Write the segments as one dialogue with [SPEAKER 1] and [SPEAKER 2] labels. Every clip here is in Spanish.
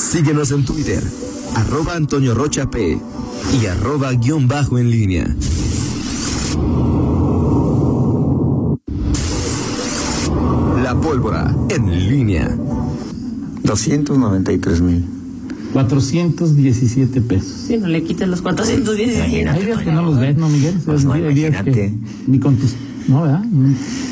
[SPEAKER 1] Síguenos en Twitter, arroba Antonio Rocha P y arroba guión bajo en línea. La pólvora en línea.
[SPEAKER 2] 293 mil.
[SPEAKER 3] 417 pesos.
[SPEAKER 4] Si no le quites los 417.
[SPEAKER 3] Hay días que no los ves, ¿no, Miguel?
[SPEAKER 2] Pues no,
[SPEAKER 3] Hay días que
[SPEAKER 2] imagínate.
[SPEAKER 3] Ni con tus... No, ¿verdad?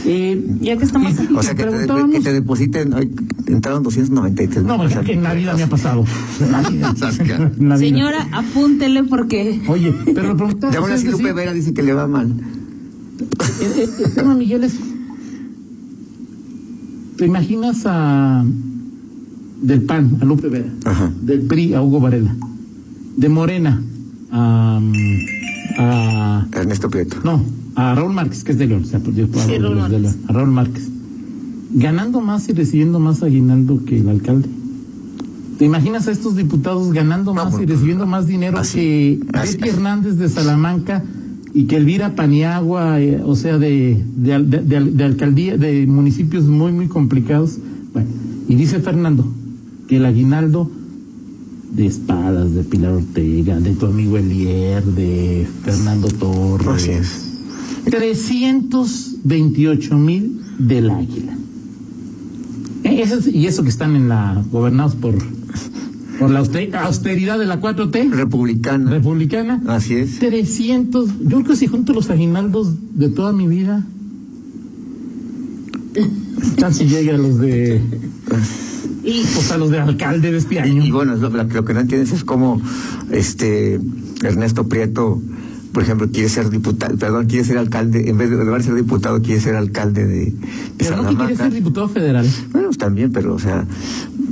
[SPEAKER 4] Eh, ya que estamos aquí,
[SPEAKER 2] O sea, que te,
[SPEAKER 3] Preguntábamos.
[SPEAKER 2] que te depositen, ay, entraron 293 mil.
[SPEAKER 3] No,
[SPEAKER 2] o sea,
[SPEAKER 3] ¿verdad? Que en la vida me ha pasado. En la vida.
[SPEAKER 2] Saskia.
[SPEAKER 3] En la vida.
[SPEAKER 4] señora, apúntele porque
[SPEAKER 3] Oye, pero lo preguntaba...
[SPEAKER 2] Ya aún así Lupe Vera dice que le va mal.
[SPEAKER 3] El, el- el tema, Miguel, es. ¿Te imaginas a. del PAN, a Lupe Vera?
[SPEAKER 2] Ajá.
[SPEAKER 3] Del PRI, a Hugo Varela. De Morena, a. a
[SPEAKER 2] Ernesto Prieto.
[SPEAKER 3] no, a Raúl Márquez, que es de León. o sea, por Dios, por
[SPEAKER 4] Sí,
[SPEAKER 3] favor,
[SPEAKER 4] Raúl
[SPEAKER 3] es de
[SPEAKER 4] Márquez.
[SPEAKER 3] León, A Raúl Márquez. Ganando más y recibiendo más aguinaldo que el alcalde. ¿Te imaginas a estos diputados ganando más y
[SPEAKER 2] bueno,
[SPEAKER 3] recibiendo más dinero
[SPEAKER 2] así,
[SPEAKER 3] que
[SPEAKER 2] así.
[SPEAKER 3] Betty Hernández de Salamanca y que Elvira Paniagua, eh, o sea, de, de, al- de- de al- de alcaldía, de municipios muy, muy complicados? Bueno, y dice Fernando que el aguinaldo de espadas, de Pilar Ortega, de tu amigo Elier, de Fernando Torres.
[SPEAKER 2] Así es.
[SPEAKER 3] 328 mil del Águila. Eh, eso es- y eso que están en la gobernados por, por la auster- austeridad de la 4T
[SPEAKER 2] Republicana.
[SPEAKER 3] republicana.
[SPEAKER 2] Así es.
[SPEAKER 3] 300, yo creo que si junto los aguinaldos de toda mi vida, casi llega a los de,
[SPEAKER 4] y
[SPEAKER 3] pues a los de alcalde de este
[SPEAKER 2] Y,
[SPEAKER 3] año.
[SPEAKER 2] y bueno, lo, la- lo que no entiendes es cómo este Ernesto Prieto, por ejemplo, quiere ser diputado, perdón, quiere ser alcalde, en vez de deber ser diputado, quiere ser alcalde de, de
[SPEAKER 3] Pero no que
[SPEAKER 2] Salamanca.
[SPEAKER 3] quiere ser diputado federal.
[SPEAKER 2] Bueno, pues también, pero o sea,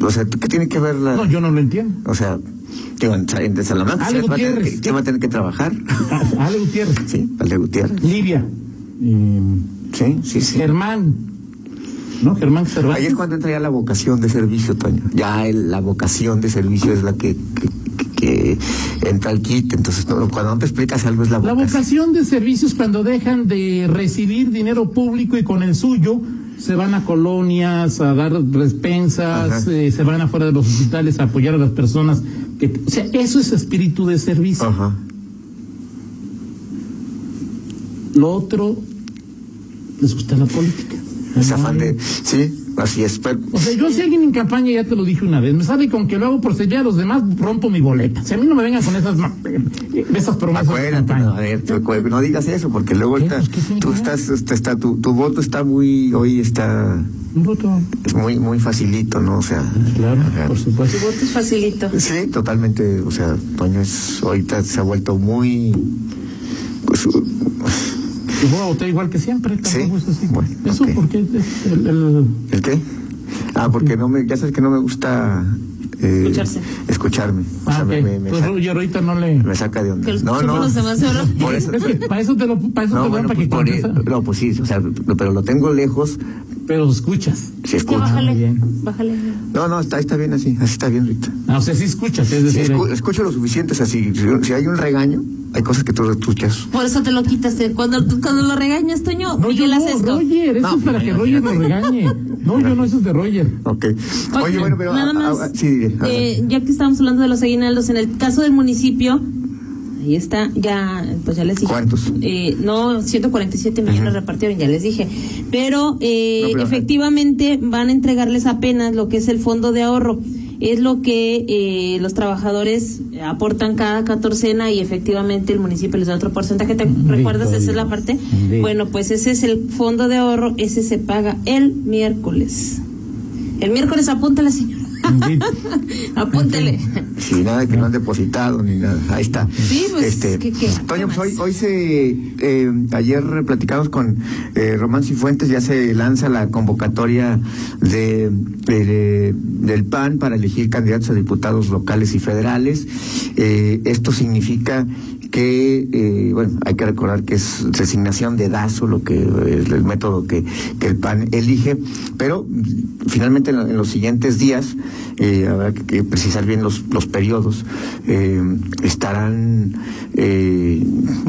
[SPEAKER 2] o sea, ¿qué tiene que ver la
[SPEAKER 3] No, yo no lo entiendo.
[SPEAKER 2] o sea, digo, en Sa- en Salamanca
[SPEAKER 3] Ale
[SPEAKER 2] se va, a tener que,
[SPEAKER 3] Ah, Gutiérrez.
[SPEAKER 2] se va a tener que trabajar?
[SPEAKER 3] A- Ah, Ale Gutiérrez,
[SPEAKER 2] Sí, Vale Gutiérrez.
[SPEAKER 3] Livia, eh,
[SPEAKER 2] Sí, sí, sí.
[SPEAKER 3] Germán, ¿no? Germán Cervantes.
[SPEAKER 2] Ahí es cuando entra ya la vocación de servicio, Toño. Ya el- la vocación de servicio es la que, que- que- que entra al kit. Entonces, no, cuando no te explicas algo es la
[SPEAKER 3] La
[SPEAKER 2] vocación.
[SPEAKER 3] vocación de servicios cuando dejan de recibir dinero público y con el suyo se van a colonias a dar despensas,
[SPEAKER 2] Ajá.
[SPEAKER 3] eh, se van afuera de los hospitales a apoyar a las personas. Que, o sea, eso es espíritu de servicio.
[SPEAKER 2] Ajá.
[SPEAKER 3] Lo otro les gusta la política.
[SPEAKER 2] Es afán de. Sí, así es. pero-
[SPEAKER 3] O sea, yo si alguien en campaña, ya te lo dije una vez, me sabe con que lo hago por servir a los demás, rompo mi boleta. Si a mí no me vengan con esas, ma- eh, esas promesas de
[SPEAKER 2] Acuérdate,
[SPEAKER 3] campaña.
[SPEAKER 2] no, a ver, te acuer- no digas eso, porque luego
[SPEAKER 3] ¿Qué?
[SPEAKER 2] está-
[SPEAKER 3] Pues, ¿qué tiene
[SPEAKER 2] tú
[SPEAKER 3] que
[SPEAKER 2] estás, este, está, tu, tu voto está muy, hoy está
[SPEAKER 3] Un voto,
[SPEAKER 2] es muy, muy facilito, ¿no? O sea,
[SPEAKER 3] claro,
[SPEAKER 2] ajá.
[SPEAKER 3] por
[SPEAKER 4] su
[SPEAKER 3] supuesto.
[SPEAKER 4] voto es facilito.
[SPEAKER 2] Sí, totalmente. O sea, Toño es, ahorita se ha vuelto muy. pues,
[SPEAKER 3] Yo voy a votar igual que siempre, tampoco
[SPEAKER 2] Sí,
[SPEAKER 3] es así.
[SPEAKER 2] bueno,
[SPEAKER 3] Eso
[SPEAKER 2] ok.
[SPEAKER 3] porque es el- el-
[SPEAKER 2] ¿El qué? Ah, porque no me, ya sabes que no me gusta eh,
[SPEAKER 4] Escucharse.
[SPEAKER 2] escucharme. O
[SPEAKER 3] Ah,
[SPEAKER 2] sea,
[SPEAKER 3] ok.
[SPEAKER 2] me- me, me
[SPEAKER 3] Pues
[SPEAKER 2] saca,
[SPEAKER 3] yo ahorita no le...
[SPEAKER 2] me saca de
[SPEAKER 4] Que
[SPEAKER 2] onda.
[SPEAKER 4] los
[SPEAKER 2] No, no.
[SPEAKER 4] churros se me hacen ahora.
[SPEAKER 2] Por eso.
[SPEAKER 3] Es que para eso te lo, para eso te
[SPEAKER 2] No,
[SPEAKER 3] lo
[SPEAKER 2] bueno,
[SPEAKER 3] dan, para
[SPEAKER 2] pues,
[SPEAKER 3] que
[SPEAKER 2] por
[SPEAKER 3] contesta.
[SPEAKER 2] e- no, pues sí, o sea, lo- pero lo tengo lejos,
[SPEAKER 3] Pero escuchas.
[SPEAKER 2] se
[SPEAKER 4] Es que
[SPEAKER 2] escucha.
[SPEAKER 3] muy
[SPEAKER 4] bájale,
[SPEAKER 3] bien.
[SPEAKER 4] bájale.
[SPEAKER 2] No, no, está, está bien así, así está bien ahorita.
[SPEAKER 3] Ah, o sea, sí escuchas, es
[SPEAKER 2] Sí,
[SPEAKER 3] decir...
[SPEAKER 2] escu-
[SPEAKER 3] eh,
[SPEAKER 2] escucho lo suficiente, o sea, si, si- si hay un regaño, hay cosas que tú escuchas.
[SPEAKER 4] Por eso te lo quitas. eh. Cuando, tú- cuando lo regañas, Toño,
[SPEAKER 3] no, yo
[SPEAKER 4] Miguel, haz
[SPEAKER 3] no,
[SPEAKER 4] esto.
[SPEAKER 3] Roger, eso
[SPEAKER 2] No,
[SPEAKER 3] es para que
[SPEAKER 2] no, no,
[SPEAKER 3] Roger nos
[SPEAKER 2] no.
[SPEAKER 3] regañe. No, yo no, eso es de Roger.
[SPEAKER 2] Ok. Oye,
[SPEAKER 4] Oye,
[SPEAKER 2] bueno, pero.
[SPEAKER 4] nada
[SPEAKER 2] ah,
[SPEAKER 4] más,
[SPEAKER 2] ah, sí, diré. Ah,
[SPEAKER 4] eh, ya que estábamos hablando de los aguinaldos, en el caso del municipio, ahí está, ya, pues ya les dije.
[SPEAKER 2] ¿Cuántos?
[SPEAKER 4] Eh, no, 147 millones repartieron, ya les dije. Pero, eh,
[SPEAKER 2] No, pero-
[SPEAKER 4] efectivamente van a entregarles apenas lo que es el fondo de ahorro. Es lo que eh, los trabajadores aportan cada catorcena y efectivamente el municipio les da otro porcentaje. ¿Te recuerdas? Esa es la parte.
[SPEAKER 3] Bendito.
[SPEAKER 4] Bueno, pues ese es el fondo de ahorro, ese se paga el miércoles. El miércoles apúntale, señora.
[SPEAKER 3] Bendito.
[SPEAKER 4] Apúntele.
[SPEAKER 2] Sí, nada que no han depositado ni nada. Ahí está.
[SPEAKER 4] Sí, pues, ¿qué- qué?
[SPEAKER 2] Toño,
[SPEAKER 4] ¿Qué
[SPEAKER 2] pues, hoy,
[SPEAKER 4] más?
[SPEAKER 2] hoy se. eh, ayer platicamos con eh, Román Cifuentes, ya se lanza la convocatoria de, de- de- del PAN para elegir candidatos a diputados locales y federales. Eh, esto significa que, eh, bueno, hay que recordar que es resignación de Dazo, lo que eh, el, el método que, que, el PAN elige, pero finalmente en, en los siguientes días, eh, habrá que, que, precisar bien los, los periodos, eh, estarán eh,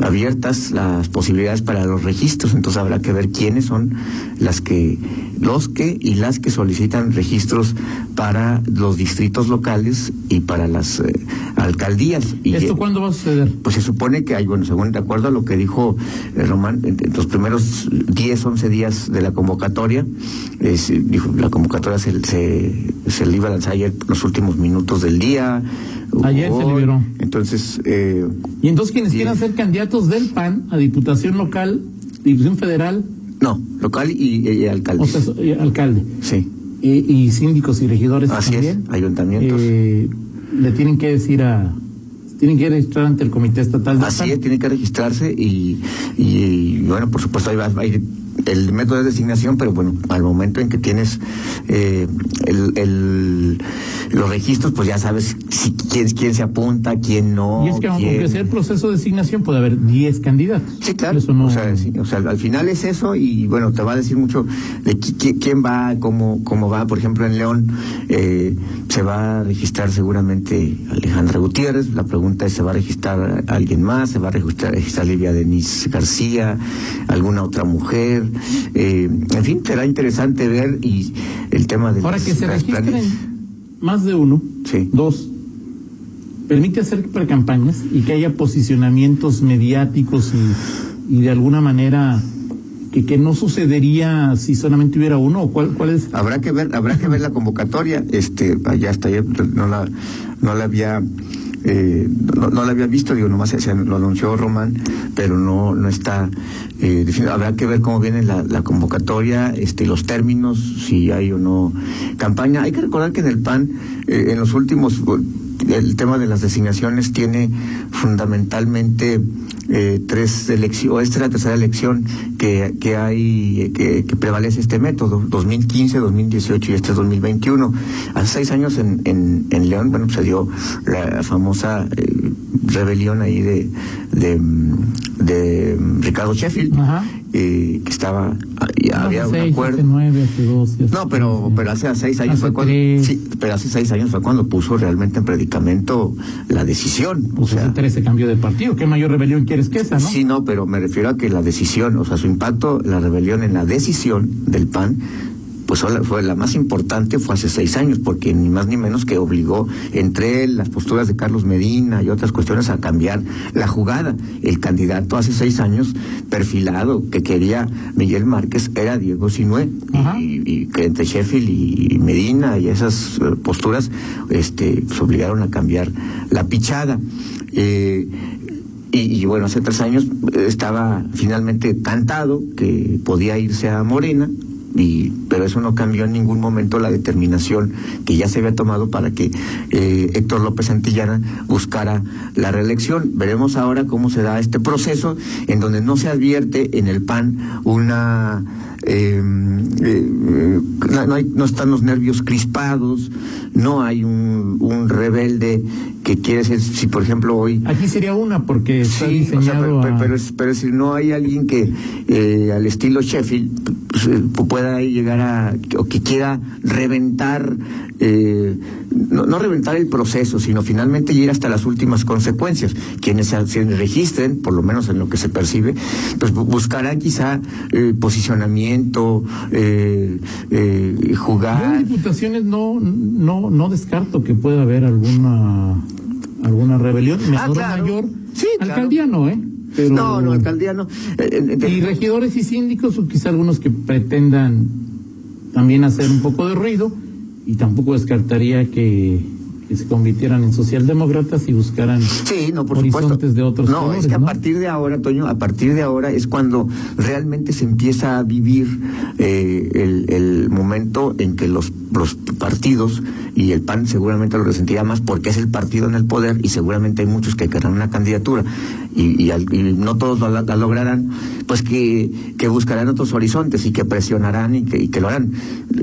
[SPEAKER 2] abiertas las posibilidades para los registros, entonces habrá que ver quiénes son las que, los que y las que solicitan registros para los distritos locales y para las eh, alcaldías. Y, eh,
[SPEAKER 3] ¿Esto cuándo va a suceder?
[SPEAKER 2] Pues se supone que hay, bueno, según de acuerdo a lo que dijo Román, en los primeros 10, 11 días de la convocatoria, eh, dijo, la convocatoria se, se, se iba a lanzar ayer los últimos minutos del día.
[SPEAKER 3] Ayer hoy, se liberó.
[SPEAKER 2] Entonces. Eh,
[SPEAKER 3] y entonces quienes y, quieran ser candidatos del PAN a diputación local, diputación federal.
[SPEAKER 2] No, local y, y alcalde.
[SPEAKER 3] O sea, eh, alcalde.
[SPEAKER 2] Sí.
[SPEAKER 3] Y, síndicos y regidores
[SPEAKER 2] Así
[SPEAKER 3] también.
[SPEAKER 2] Es, ayuntamientos.
[SPEAKER 3] Eh, le tienen que decir a tienen que registrar ante el Comité Estatal. De
[SPEAKER 2] Así es, tienen que registrarse y, y, y bueno, por supuesto, ahí va, ahí, el método de designación, pero bueno, al momento en que tienes eh, el, el, los registros, pues ya sabes si, quién, quién se apunta, quién no.
[SPEAKER 3] Y es que
[SPEAKER 2] aunque
[SPEAKER 3] quién... sea el proceso de designación puede haber 10 candidatos.
[SPEAKER 2] Sí, claro. Eso no... o, sea, sí, o, sea, al final es eso y bueno, te va a decir mucho de quién va, cómo, cómo va. Por ejemplo, en León eh, se va a registrar seguramente Alejandra Gutiérrez. La pregunta es, ¿se va a registrar alguien más? ¿Se va a registrar, registrar Livia Denise García? ¿Alguna otra mujer? Eh, en fin, será interesante ver y el tema de
[SPEAKER 3] ahora que se registren planes. más de uno,
[SPEAKER 2] sí.
[SPEAKER 3] dos, permite hacer precampañas y que haya posicionamientos mediáticos y, y de alguna manera que, que, no sucedería si solamente hubiera uno o cuál cuál es
[SPEAKER 2] habrá que ver habrá que ver la convocatoria este allá hasta ayer no la no la había eh, no, no, la había visto, digo, nomás se, se lo anunció Román, pero no, no está eh, definido. Habrá que ver cómo viene la, la, convocatoria, este, los términos, si hay o no campaña. Hay que recordar que en el PAN, eh, en los últimos, el tema de las designaciones tiene fundamentalmente eh, tres elecciones, esta es la tercera elección que, que hay, que, que, prevalece este método, 2015, 2018 y este es 2021. Hace seis años en, en, en León, bueno, se dio la famosa eh, rebelión ahí de, de, de Ricardo Sheffield.
[SPEAKER 3] Ajá.
[SPEAKER 2] Eh, que estaba ya no, había un
[SPEAKER 3] seis,
[SPEAKER 2] acuerdo
[SPEAKER 3] siete, nueve, hace dos,
[SPEAKER 2] siete, no pero pero hace seis años hace fue cuando sí, pero hace seis años fue cuando puso realmente en predicamento la decisión
[SPEAKER 3] pues o sea ese cambio de partido qué mayor rebelión quieres que esa no
[SPEAKER 2] sí no pero me refiero a que la decisión o sea su impacto la rebelión en la decisión del PAN pues fue la más importante fue hace seis años, porque ni más ni menos que obligó entre las posturas de Carlos Medina y otras cuestiones a cambiar la jugada. El candidato hace seis años perfilado que quería Miguel Márquez era Diego Sinué, y, y, que entre Sheffield y Medina y esas eh, posturas este, pues obligaron a cambiar la pichada. Eh, y, y, bueno, hace tres años eh, estaba finalmente cantado que podía irse a Morena, y, pero eso no cambió en ningún momento la determinación que ya se había tomado para que eh, Héctor López Antillana buscara la reelección. Veremos ahora cómo se da este proceso en donde no se advierte en el PAN una... Eh, eh, no, hay, no, están los nervios crispados, no hay un, un rebelde que quiere ser, si por ejemplo hoy...
[SPEAKER 3] Aquí sería una porque... Está
[SPEAKER 2] sí, o sea, pero,
[SPEAKER 3] a...
[SPEAKER 2] pero, pero, es, pero, si no hay alguien que eh, al estilo Sheffield pues, eh, pueda llegar a o que quiera reventar eh, no, no, reventar el proceso sino finalmente ir hasta las últimas consecuencias quienes se registren por lo menos en lo que se percibe pues buscarán quizá eh, posicionamiento eh, jugar
[SPEAKER 3] Yo en diputaciones no no no descarto que pueda haber alguna alguna rebelión menor ah, claro. mayor
[SPEAKER 2] sí, claro.
[SPEAKER 3] alcaldía no eh pero,
[SPEAKER 2] no, no, alcaldía no.
[SPEAKER 3] Eh, eh, y regidores y síndicos, o quizá algunos que pretendan también hacer un poco de ruido, y tampoco descartaría que, que se convirtieran en socialdemócratas y buscaran
[SPEAKER 2] sí, no, por
[SPEAKER 3] horizontes
[SPEAKER 2] supuesto.
[SPEAKER 3] de otros
[SPEAKER 2] No,
[SPEAKER 3] colores,
[SPEAKER 2] es que a
[SPEAKER 3] ¿no?
[SPEAKER 2] partir de ahora, Toño, a partir de ahora es cuando realmente se empieza a vivir eh, el, el, momento en que los, los partidos y el PAN seguramente lo resentirá más porque es el partido en el poder y seguramente hay muchos que querrán una candidatura y, y, al- y no todos lo- la, lograrán, pues que, que buscarán otros horizontes y que presionarán y que, y que lo harán. Eh,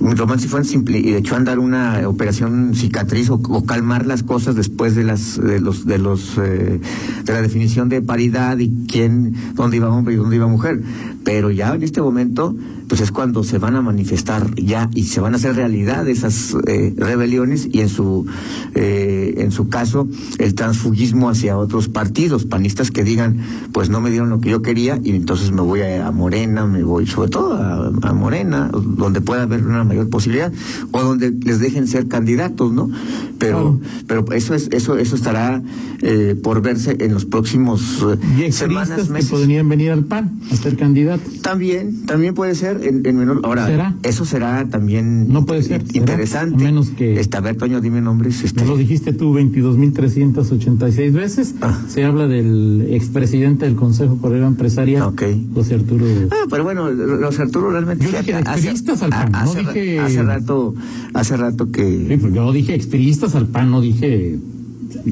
[SPEAKER 2] Mi romance fue simple y de hecho andar una operación cicatriz o, o calmar las cosas después de las de los de los eh, de la definición de paridad y quién dónde iba hombre y dónde iba mujer, pero ya en este momento pues es cuando se van a manifestar ya y se van a hacer realidad esas eh, rebeliones y en su eh, en su caso el transfugismo hacia otros partidos panistas que digan pues no me dieron lo que yo quería y entonces me voy a, a Morena me voy sobre todo a, a Morena donde pueda haber una mayor posibilidad o donde les dejen ser candidatos no pero
[SPEAKER 3] Claro.
[SPEAKER 2] pero eso es eso eso estará eh, por verse en los próximos eh,
[SPEAKER 3] Y hay
[SPEAKER 2] semanas
[SPEAKER 3] juristas que
[SPEAKER 2] meses
[SPEAKER 3] podrían venir al PAN a ser candidatos.
[SPEAKER 2] también, también puede ser en, en menor. Ahora,
[SPEAKER 3] ¿Será?
[SPEAKER 2] eso será también
[SPEAKER 3] No puede ser,
[SPEAKER 2] i-
[SPEAKER 3] ¿será?
[SPEAKER 2] interesante.
[SPEAKER 3] A menos que-
[SPEAKER 2] Este, a ver, Toño, dime nombres. Este,
[SPEAKER 3] Ya lo dijiste tú 22.386 veces.
[SPEAKER 2] Ah.
[SPEAKER 3] Se habla del expresidente del Consejo Correo Empresarial,
[SPEAKER 2] Ok.
[SPEAKER 3] José Arturo.
[SPEAKER 2] Ah, pero bueno, Los Arturo realmente.
[SPEAKER 3] Yo dije de
[SPEAKER 2] hace-
[SPEAKER 3] periodistas al
[SPEAKER 2] a-
[SPEAKER 3] pan, no
[SPEAKER 2] hace ra-
[SPEAKER 3] dije-
[SPEAKER 2] hace rato, hace rato
[SPEAKER 3] Sí,
[SPEAKER 2] que.
[SPEAKER 3] porque pues yo dije expiristas al PAN, no dije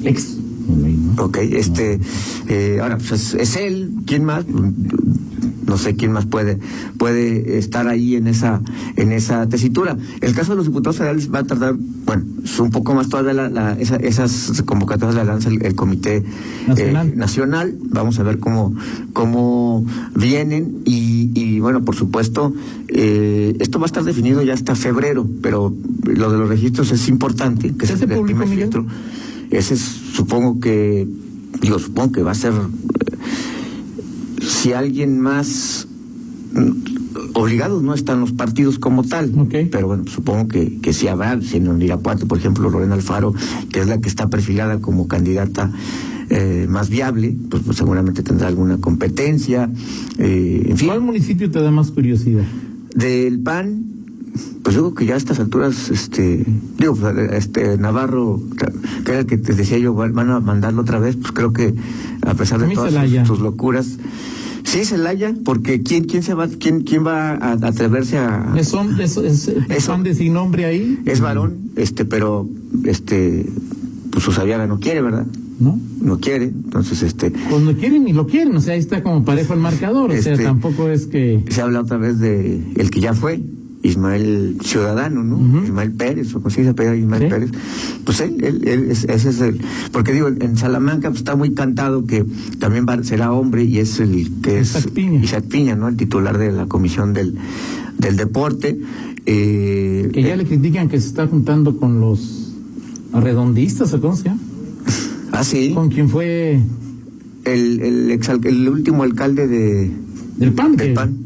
[SPEAKER 3] ex. ¿no?
[SPEAKER 2] Ok, este. eh, ahora, pues es, es él. ¿Quién más? No sé quién más puede puede estar ahí en esa en esa tesitura. El caso de los diputados federales va a tardar, bueno, es un poco más todavía la, la- esa- esas convocatorias la lanza el, el comité
[SPEAKER 3] Nacional.
[SPEAKER 2] eh, nacional. Vamos a ver cómo, cómo vienen. Y, y, bueno, por supuesto, eh, esto va a estar definido ya hasta febrero, pero lo de los registros es importante. Que
[SPEAKER 3] ¿Ya se
[SPEAKER 2] el primer
[SPEAKER 3] publicó, Miguel?
[SPEAKER 2] filtro. Ese es, supongo que, digo, supongo que va a ser. eh, Si alguien más. mm, Obligados no están los partidos como tal,
[SPEAKER 3] Ok.
[SPEAKER 2] pero bueno, supongo que, que sí habrá, si en Irapuato, por ejemplo, Lorena Alfaro, que es la que está perfilada como candidata eh, más viable, pues, pues, seguramente tendrá alguna competencia, eh, en fin.
[SPEAKER 3] ¿Cuál municipio te da más curiosidad?
[SPEAKER 2] Del PAN, pues yo creo que ya a estas alturas, este, digo, pues, este, Navarro, que era el que te decía yo, van van a mandarlo otra vez, pues creo que a pesar
[SPEAKER 3] A
[SPEAKER 2] de
[SPEAKER 3] mí
[SPEAKER 2] todas
[SPEAKER 3] Celaya.
[SPEAKER 2] sus, sus locuras. Sí, Celaya, porque ¿quién, quién, se va, quién, quién va a atreverse a...
[SPEAKER 3] ¿Es, hom- es, es- Ah. es
[SPEAKER 2] Eso.
[SPEAKER 3] pan de sin nombre ahí?
[SPEAKER 2] Es varón, este, pero, este, pues Usabiaga no quiere, ¿verdad?
[SPEAKER 3] ¿No?
[SPEAKER 2] No quiere, entonces, este,
[SPEAKER 3] Cuando quieren y lo quieren, o sea, ahí está como parejo el marcador, o
[SPEAKER 2] Este-
[SPEAKER 3] sea, tampoco es que...
[SPEAKER 2] se habla otra vez de el que ya fue, Ismael Ciudadano, ¿no?
[SPEAKER 3] Ujú.
[SPEAKER 2] Ismael Pérez, o como se dice apellido de Ismael
[SPEAKER 3] Sí.
[SPEAKER 2] Pérez. Pues él, él- él es- ese es el. Porque digo, en Salamanca pues, está muy cantado que también va- será hombre y es el que es.
[SPEAKER 3] Isaac Piña.
[SPEAKER 2] Isaac Piña, ¿no? El titular de la comisión del, del deporte. Eh,
[SPEAKER 3] Que ya le critican que se está juntando con los arredondistas, ¿o cómo se llama?
[SPEAKER 2] ah, sí.
[SPEAKER 3] Con quien fue
[SPEAKER 2] El, el, exal- el último alcalde de,
[SPEAKER 3] del PAN.
[SPEAKER 2] Del
[SPEAKER 3] que-
[SPEAKER 2] PAN.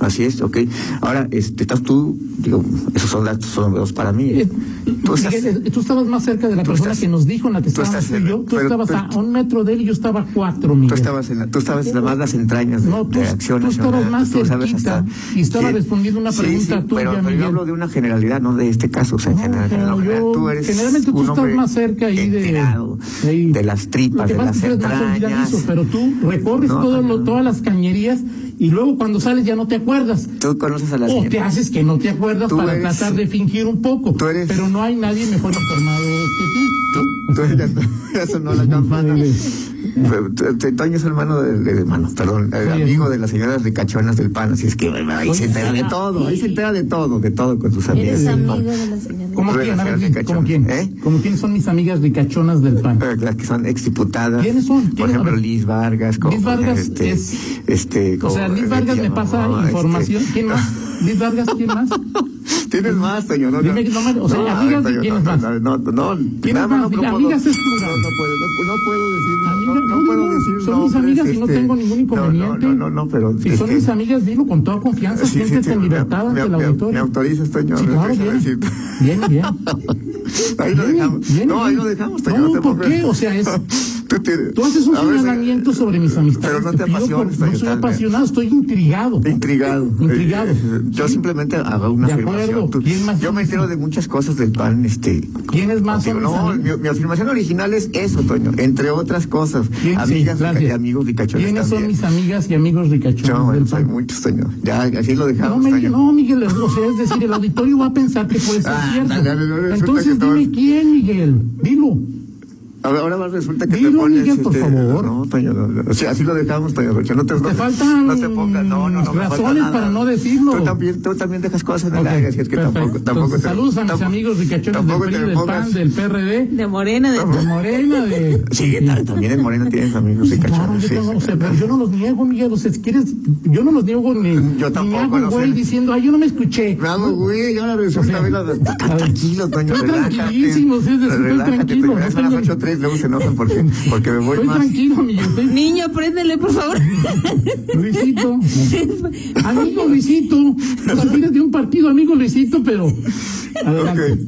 [SPEAKER 2] Así es, ok. Ahora, este, estás tú, digo, esos son datos sombreros para mí.
[SPEAKER 3] Eh,
[SPEAKER 2] Tú estás-
[SPEAKER 3] Miguel, eh, tú estabas más cerca de la
[SPEAKER 2] tú
[SPEAKER 3] persona
[SPEAKER 2] estás-
[SPEAKER 3] que nos dijo en la que
[SPEAKER 2] tú
[SPEAKER 3] estábamos
[SPEAKER 2] estás
[SPEAKER 3] tú y
[SPEAKER 2] en la-
[SPEAKER 3] yo. Tú
[SPEAKER 2] pero-
[SPEAKER 3] estabas
[SPEAKER 2] pero-
[SPEAKER 3] a un metro de él y yo estaba a cuatro, Miguel.
[SPEAKER 2] Tú estabas en la, tú estabas en la- más las entrañas de,
[SPEAKER 3] No, tú-
[SPEAKER 2] de acción
[SPEAKER 3] tú estabas
[SPEAKER 2] Nacional,
[SPEAKER 3] más
[SPEAKER 2] tú sabes
[SPEAKER 3] cerquita
[SPEAKER 2] hasta
[SPEAKER 3] y estaba
[SPEAKER 2] quién-
[SPEAKER 3] respondiendo una
[SPEAKER 2] Sí,
[SPEAKER 3] pregunta
[SPEAKER 2] sí,
[SPEAKER 3] tuya,
[SPEAKER 2] Pero, pero
[SPEAKER 3] Miguel.
[SPEAKER 2] yo hablo de una generalidad, no de este caso, o sea, en
[SPEAKER 3] No,
[SPEAKER 2] general,
[SPEAKER 3] pero
[SPEAKER 2] en lo general,
[SPEAKER 3] yo-
[SPEAKER 2] tú eres
[SPEAKER 3] generalmente tú
[SPEAKER 2] un
[SPEAKER 3] estás
[SPEAKER 2] hombre
[SPEAKER 3] más cerca ahí de-
[SPEAKER 2] enterado de,
[SPEAKER 3] ahí.
[SPEAKER 2] las
[SPEAKER 3] Lo
[SPEAKER 2] tripas,
[SPEAKER 3] que
[SPEAKER 2] de
[SPEAKER 3] pasa es
[SPEAKER 2] las
[SPEAKER 3] que eres más
[SPEAKER 2] entrañas.
[SPEAKER 3] olvidadizo, pero tú recorres
[SPEAKER 2] No,
[SPEAKER 3] todo
[SPEAKER 2] no,
[SPEAKER 3] lo-
[SPEAKER 2] no.
[SPEAKER 3] todas las cañerías y luego cuando sales ya no te acuerdas.
[SPEAKER 2] Tú conoces a la
[SPEAKER 3] O te
[SPEAKER 2] señora.
[SPEAKER 3] haces que no te acuerdas
[SPEAKER 2] Tú
[SPEAKER 3] para
[SPEAKER 2] eres-
[SPEAKER 3] tratar de fingir un poco.
[SPEAKER 2] tú eres-
[SPEAKER 3] Pero no hay nadie mejor informado que tú.
[SPEAKER 2] Tú, tú eres la, ya sonó la campana.
[SPEAKER 3] Ándale.
[SPEAKER 2] Pero, t- t- Toño es hermano, de, de- hermano, perdón, eh,
[SPEAKER 3] Oye.
[SPEAKER 2] amigo de las señoras ricachonas del pan, así es que bueno, ahí se entera de todo, ahí se entera de todo, de todo con sus amigas
[SPEAKER 4] Eres
[SPEAKER 2] del
[SPEAKER 4] amigo
[SPEAKER 2] pan.
[SPEAKER 4] de la señora.
[SPEAKER 3] ¿Cómo
[SPEAKER 2] Tú eres
[SPEAKER 3] quién? A ver,
[SPEAKER 2] la
[SPEAKER 3] di, ¿Cómo quién?
[SPEAKER 2] ricachona, ¿eh?
[SPEAKER 3] ¿Cómo quién son mis amigas ricachonas del PAN?
[SPEAKER 2] Eh, Las que son exdiputadas.
[SPEAKER 3] ¿Quiénes son?
[SPEAKER 2] Por
[SPEAKER 3] ¿Quiénes? A
[SPEAKER 2] ejemplo,
[SPEAKER 3] ver.
[SPEAKER 2] Liz Vargas. como,
[SPEAKER 3] Liz Vargas
[SPEAKER 2] este,
[SPEAKER 3] es-
[SPEAKER 2] Este,
[SPEAKER 3] O sea,
[SPEAKER 2] como,
[SPEAKER 3] Liz Vargas
[SPEAKER 2] Betty
[SPEAKER 3] me pasa
[SPEAKER 2] Amor,
[SPEAKER 3] información.
[SPEAKER 2] este.
[SPEAKER 3] ¿Quién más? Liz Vargas, ¿quién más?
[SPEAKER 2] Tienes más, Toño. No,
[SPEAKER 3] Dime que no me- o sea,
[SPEAKER 2] a
[SPEAKER 3] amigas,
[SPEAKER 2] ver, Toño,
[SPEAKER 3] ¿quiénes
[SPEAKER 2] no,
[SPEAKER 3] más?
[SPEAKER 2] No, no, no,
[SPEAKER 3] ¿Quiénes
[SPEAKER 2] nada más
[SPEAKER 3] más?
[SPEAKER 2] no puedo-
[SPEAKER 3] Amigas es
[SPEAKER 2] No,
[SPEAKER 3] plural.
[SPEAKER 2] no puedo, no, no puedo decir. no,
[SPEAKER 3] Amigas,
[SPEAKER 2] no,
[SPEAKER 3] no,
[SPEAKER 2] puedo
[SPEAKER 3] no,
[SPEAKER 2] decir.
[SPEAKER 3] Son mis
[SPEAKER 2] nombres,
[SPEAKER 3] amigas y no
[SPEAKER 2] este,
[SPEAKER 3] tengo ningún
[SPEAKER 2] no, no,
[SPEAKER 3] inconveniente.
[SPEAKER 2] No, no, no, pero.
[SPEAKER 3] Si son
[SPEAKER 2] este,
[SPEAKER 3] mis amigas, digo con toda confianza,
[SPEAKER 2] sí, sí,
[SPEAKER 3] siéntete
[SPEAKER 2] sí,
[SPEAKER 3] en
[SPEAKER 2] me-
[SPEAKER 3] libertad
[SPEAKER 2] me-
[SPEAKER 3] ante el
[SPEAKER 2] me-
[SPEAKER 3] auditorio.
[SPEAKER 2] ¿Me este autorizas, Toño?
[SPEAKER 3] Sí,
[SPEAKER 2] Me
[SPEAKER 3] claro,
[SPEAKER 2] autorizas a
[SPEAKER 3] bien.
[SPEAKER 2] decir-
[SPEAKER 3] Bien, bien.
[SPEAKER 2] Ahí lo
[SPEAKER 3] Bien,
[SPEAKER 2] dejamos.
[SPEAKER 3] bien,
[SPEAKER 2] no, ahí
[SPEAKER 3] bien.
[SPEAKER 2] lo dejamos. Toño,
[SPEAKER 3] No,
[SPEAKER 2] te
[SPEAKER 3] ¿por
[SPEAKER 2] pongas-
[SPEAKER 3] qué? O sea, es-
[SPEAKER 2] Tú, tienes-
[SPEAKER 3] Tú haces un
[SPEAKER 2] a veces-
[SPEAKER 3] señalamiento sobre mis amistades.
[SPEAKER 2] Pero no te
[SPEAKER 3] pido por-
[SPEAKER 2] apasiones,
[SPEAKER 3] No soy
[SPEAKER 2] Cayetano.
[SPEAKER 3] apasionado, estoy intrigado.
[SPEAKER 2] Intrigado.
[SPEAKER 3] Intrigado.
[SPEAKER 2] Eh, eh, Yo simplemente hago una
[SPEAKER 3] De acuerdo.
[SPEAKER 2] afirmación. Tú-
[SPEAKER 3] ¿Quién más?
[SPEAKER 2] yo me entero de muchas cosas del PAN. Este,
[SPEAKER 3] ¿Quién es más
[SPEAKER 2] contigo.
[SPEAKER 3] o menos
[SPEAKER 2] No,
[SPEAKER 3] amigo?
[SPEAKER 2] mi, mi afirmación original es eso, Toño. Entre otras cosas.
[SPEAKER 3] ¿Quién-
[SPEAKER 2] Amigas
[SPEAKER 3] sí,
[SPEAKER 2] y ca-
[SPEAKER 3] gracias.
[SPEAKER 2] y amigos de cachones
[SPEAKER 3] ¿Quiénes son
[SPEAKER 2] también.
[SPEAKER 3] mis amigas y amigos ricachones
[SPEAKER 2] No,
[SPEAKER 3] del
[SPEAKER 2] bueno, hay
[SPEAKER 3] PAN?
[SPEAKER 2] muchos, Toño. Ya, así lo
[SPEAKER 3] No,
[SPEAKER 2] dejamos,
[SPEAKER 3] me-
[SPEAKER 2] Toño.
[SPEAKER 3] no, Miguel, o sea, es decir, el auditorio va a pensar que puede ser
[SPEAKER 2] Ah,
[SPEAKER 3] cierto.
[SPEAKER 2] dale, dale, dale, resulta
[SPEAKER 3] Entonces
[SPEAKER 2] que
[SPEAKER 3] dime
[SPEAKER 2] todo-
[SPEAKER 3] quién, Miguel, dilo.
[SPEAKER 2] Ahora, ahora más resulta que te
[SPEAKER 3] Dilo,
[SPEAKER 2] pones. este,
[SPEAKER 3] Miguel, por favor.
[SPEAKER 2] No, Toño, no, no. O sea, así lo dejamos, Toño Rocha. No te, no
[SPEAKER 3] Te faltan
[SPEAKER 2] no te pongas. No, no, no. me falta
[SPEAKER 3] razones
[SPEAKER 2] nada.
[SPEAKER 3] para no decirlo.
[SPEAKER 2] Tú también, tú también dejas cosas en
[SPEAKER 3] Ok,
[SPEAKER 2] el aire, así es que
[SPEAKER 3] perfecto.
[SPEAKER 2] tampoco, tampoco
[SPEAKER 3] Entonces,
[SPEAKER 2] te-
[SPEAKER 3] saludos a mis
[SPEAKER 2] tampoco-
[SPEAKER 3] amigos ricachones del
[SPEAKER 2] tampoco
[SPEAKER 3] PRI,
[SPEAKER 2] te
[SPEAKER 3] del PAN,
[SPEAKER 2] pongas-
[SPEAKER 3] del PRD,
[SPEAKER 4] De Morena, de...
[SPEAKER 3] de Morena, de...
[SPEAKER 2] Sí, ta- también en Morena tienes amigos
[SPEAKER 3] Sí,
[SPEAKER 2] de
[SPEAKER 3] claro,
[SPEAKER 2] cachones.
[SPEAKER 3] yo,
[SPEAKER 2] sí.
[SPEAKER 3] tengo- o sea, pero yo no los niego, Miguel. O sea, si quieres, yo no los niego ni,
[SPEAKER 2] Yo
[SPEAKER 3] ni me
[SPEAKER 2] tampoco,
[SPEAKER 3] hago
[SPEAKER 2] no sé.
[SPEAKER 3] güey diciendo, ay, yo no me escuché.
[SPEAKER 2] Me hago güey, ahora
[SPEAKER 3] O
[SPEAKER 2] resulta
[SPEAKER 3] sea,
[SPEAKER 2] a mí lo de-
[SPEAKER 3] a ver,
[SPEAKER 2] Tranquilo, Toño,
[SPEAKER 3] estoy
[SPEAKER 2] relájate.
[SPEAKER 3] tranquilísimo, sí, estoy
[SPEAKER 2] Relájate,
[SPEAKER 3] tranquilo,
[SPEAKER 2] Toño.
[SPEAKER 3] no
[SPEAKER 2] Es a las
[SPEAKER 3] tengo-
[SPEAKER 2] 8.03, luego se enojan porque, porque me voy
[SPEAKER 3] Estoy
[SPEAKER 2] más.
[SPEAKER 3] tranquilo, Miguel. estoy-
[SPEAKER 4] Niño, préndele, por favor.
[SPEAKER 3] Luisito. Amigo Luisito. Partidas de un partido, amigo Luisito, pero. Adelante.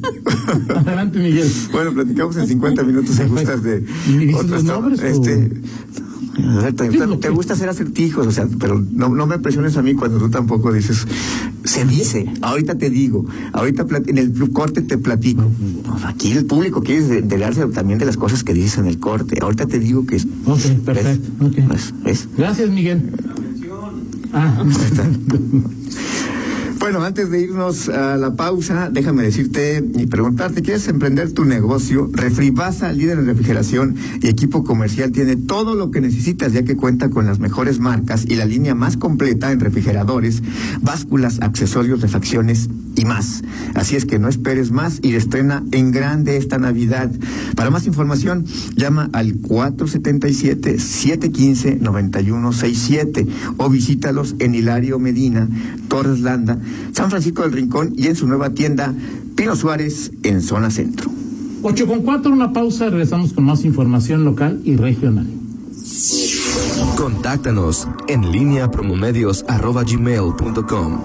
[SPEAKER 3] Adelante, Miguel.
[SPEAKER 2] Bueno, platicamos en 50 minutos en
[SPEAKER 3] Perfecto.
[SPEAKER 2] gustas de
[SPEAKER 3] ¿Y dices
[SPEAKER 2] otros
[SPEAKER 3] los nombres
[SPEAKER 2] temas.
[SPEAKER 3] o-
[SPEAKER 2] Este, a ver, Toño,
[SPEAKER 3] Sí,
[SPEAKER 2] te-
[SPEAKER 3] lo
[SPEAKER 2] te
[SPEAKER 3] que-
[SPEAKER 2] gusta hacer acertijos, o sea, pero no, no me presiones a mí cuando tú tampoco dices, se dice, ahorita te digo, ahorita plat- en el corte te platico. No, aquí el público quiere enterarse también de las cosas que dices en el corte. Ahorita te digo que...
[SPEAKER 3] Ok,
[SPEAKER 2] ¿ves?
[SPEAKER 3] perfecto, ok.
[SPEAKER 2] ¿Ves? ¿Ves?
[SPEAKER 3] Gracias, Miguel. Ah,
[SPEAKER 2] Bueno, antes de irnos a la pausa, déjame decirte y preguntarte, ¿quieres emprender tu negocio? Refribasa, líder en refrigeración y equipo comercial, tiene todo lo que necesitas ya que cuenta con las mejores marcas y la línea más completa en refrigeradores, básculas, accesorios, refacciones y más. Así es que no esperes más y estrena en grande esta Navidad. Para más información, llama al 477-715-9167 o visítalos en Hilario Medina, Torres Landa, San Francisco del Rincón y en su nueva tienda Pino Suárez en zona centro.
[SPEAKER 3] 8 con 4, una pausa. Regresamos con más información local y regional.
[SPEAKER 1] Contáctanos en línea promomedios arroba gmail punto com.